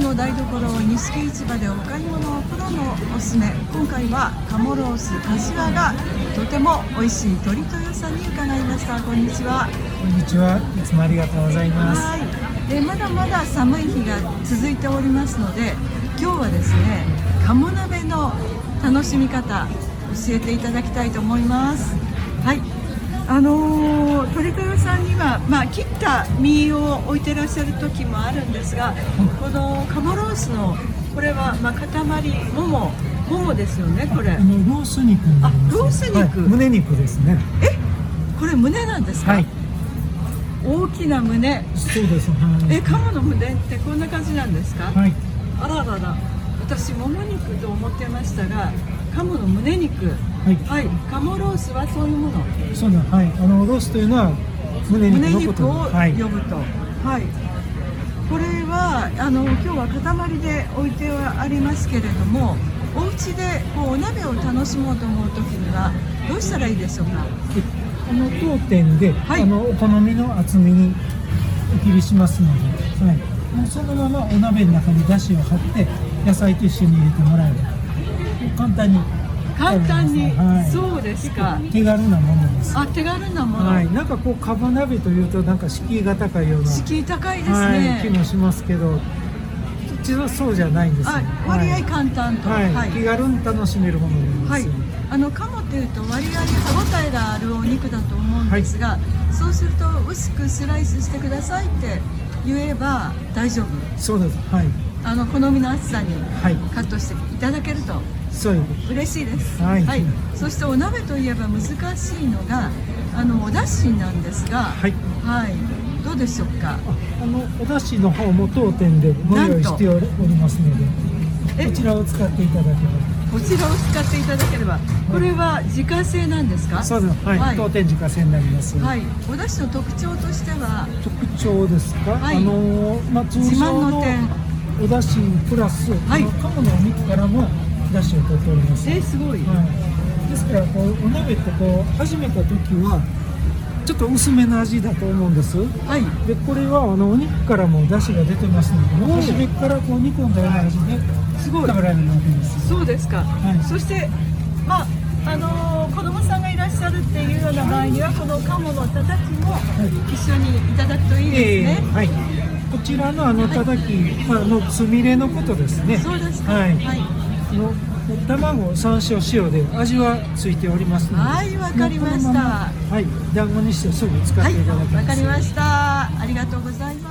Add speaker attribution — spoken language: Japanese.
Speaker 1: の台所錦市場でお買い物をプロのおすすめ今回は鴨ロース柏がとても美味しい鳥豊さんに伺いましたこんにちは
Speaker 2: こんにちは。いつもありがとうございます。
Speaker 1: はい、えーまだまだ寒い日が続いておりますので今日はですね鴨鍋の楽しみ方教えていただきたいと思いますはいあのー、鳥豊さんには、まあ、切った身を置いてらっしゃる時もあるんですがこの鴨ロースのこれは、まあ、塊ももももですよねこれ
Speaker 2: あのロース肉になります
Speaker 1: あロース肉
Speaker 2: はい胸肉ですね。
Speaker 1: これ胸なんですか、
Speaker 2: はい。
Speaker 1: 大きな胸
Speaker 2: そうです。はい。
Speaker 1: え鴨の胸ってこんな感じなんですか、
Speaker 2: はい。
Speaker 1: あららら、私もも肉と思ってましたが、鴨の胸肉。
Speaker 2: はい。
Speaker 1: はい、鴨ロースはそういうもの。
Speaker 2: そうなん。はい。あのロースというのは胸肉
Speaker 1: 胸
Speaker 2: のこと
Speaker 1: 肉
Speaker 2: で
Speaker 1: を
Speaker 2: はい。
Speaker 1: 呼ぶと。はい。これは、あの、今日は塊で置いてはありますけれども。お家で、こう、お鍋を楽しもうと思う時には、どうしたらいいでしょうか。
Speaker 2: あの当店で、
Speaker 1: はい
Speaker 2: あのお好みの厚みにお切りしますので、はい。もうそのままお鍋の中に出汁を張って野菜と一緒に入れてもらえば簡単に
Speaker 1: 簡単に、
Speaker 2: はい
Speaker 1: そうですか。
Speaker 2: 手軽なものです。
Speaker 1: あ、手軽なもの。
Speaker 2: はい。なんかこうカバ鍋というとなんか敷居が高いような。
Speaker 1: 敷居高いですね。
Speaker 2: はい、気もしますけど、うちはそうじゃないんですよ。
Speaker 1: あ割合簡単と。
Speaker 2: はい、はい気軽に楽しめるものな
Speaker 1: は
Speaker 2: ん
Speaker 1: い
Speaker 2: ですよ。、
Speaker 1: あの鴨っていうと割合歯ごたえがあるお肉だと思うんですが、そうすると薄くスライスしてくださいって言えば大丈夫
Speaker 2: そうです。はい、
Speaker 1: あの好みの厚さに
Speaker 2: はい、
Speaker 1: カットしていただけると
Speaker 2: そういうこ
Speaker 1: 嬉しいです、
Speaker 2: はい
Speaker 1: そしてお鍋といえば難しいのがあのお出汁なんですが
Speaker 2: と。
Speaker 1: は、
Speaker 2: はいい。
Speaker 1: どうでしょうか
Speaker 2: ああのお出汁の方も当店でご用意しておりますの
Speaker 1: え
Speaker 2: で、こちらを使っていただけれ
Speaker 1: こちらを使っていただければこれは自家製なんですか
Speaker 2: ば。そうです。はい、
Speaker 1: はい
Speaker 2: 当店自家製になります。
Speaker 1: はい、お出汁の特徴としては
Speaker 2: 特徴ですか、
Speaker 1: はい
Speaker 2: あのーまあ、通
Speaker 1: 自慢
Speaker 2: 常
Speaker 1: の
Speaker 2: の
Speaker 1: 点
Speaker 2: お出汁プラス、
Speaker 1: はい
Speaker 2: あの鴨のお肉からも出汁を取っております。
Speaker 1: えすごい、
Speaker 2: はい、ですからこうお鍋ってこう始めた時はちょっと薄めの味だと思うんですで
Speaker 1: はい
Speaker 2: これはあのお肉からも出汁が出てますので
Speaker 1: おー
Speaker 2: 初めからこう煮込んだような味です
Speaker 1: ご
Speaker 2: 食
Speaker 1: い
Speaker 2: べられるわけです
Speaker 1: そうですか、
Speaker 2: い
Speaker 1: そして、まああのー子供さんがいらっしゃるっていうような場合にはこの鴨のたたきも
Speaker 2: い
Speaker 1: 一緒にいただくといい
Speaker 2: え
Speaker 1: です
Speaker 2: ー
Speaker 1: ね、
Speaker 2: はい、こちらのあのたたき、まあ、あのつみれのことですね
Speaker 1: そうですか
Speaker 2: はい
Speaker 1: はい、
Speaker 2: あの卵山椒塩で味はついておりますので
Speaker 1: はいわかりました
Speaker 2: もうこのままはい団子にしてすぐ使っ
Speaker 1: は
Speaker 2: てい
Speaker 1: い
Speaker 2: ただきます、
Speaker 1: わかりましたありがとうございます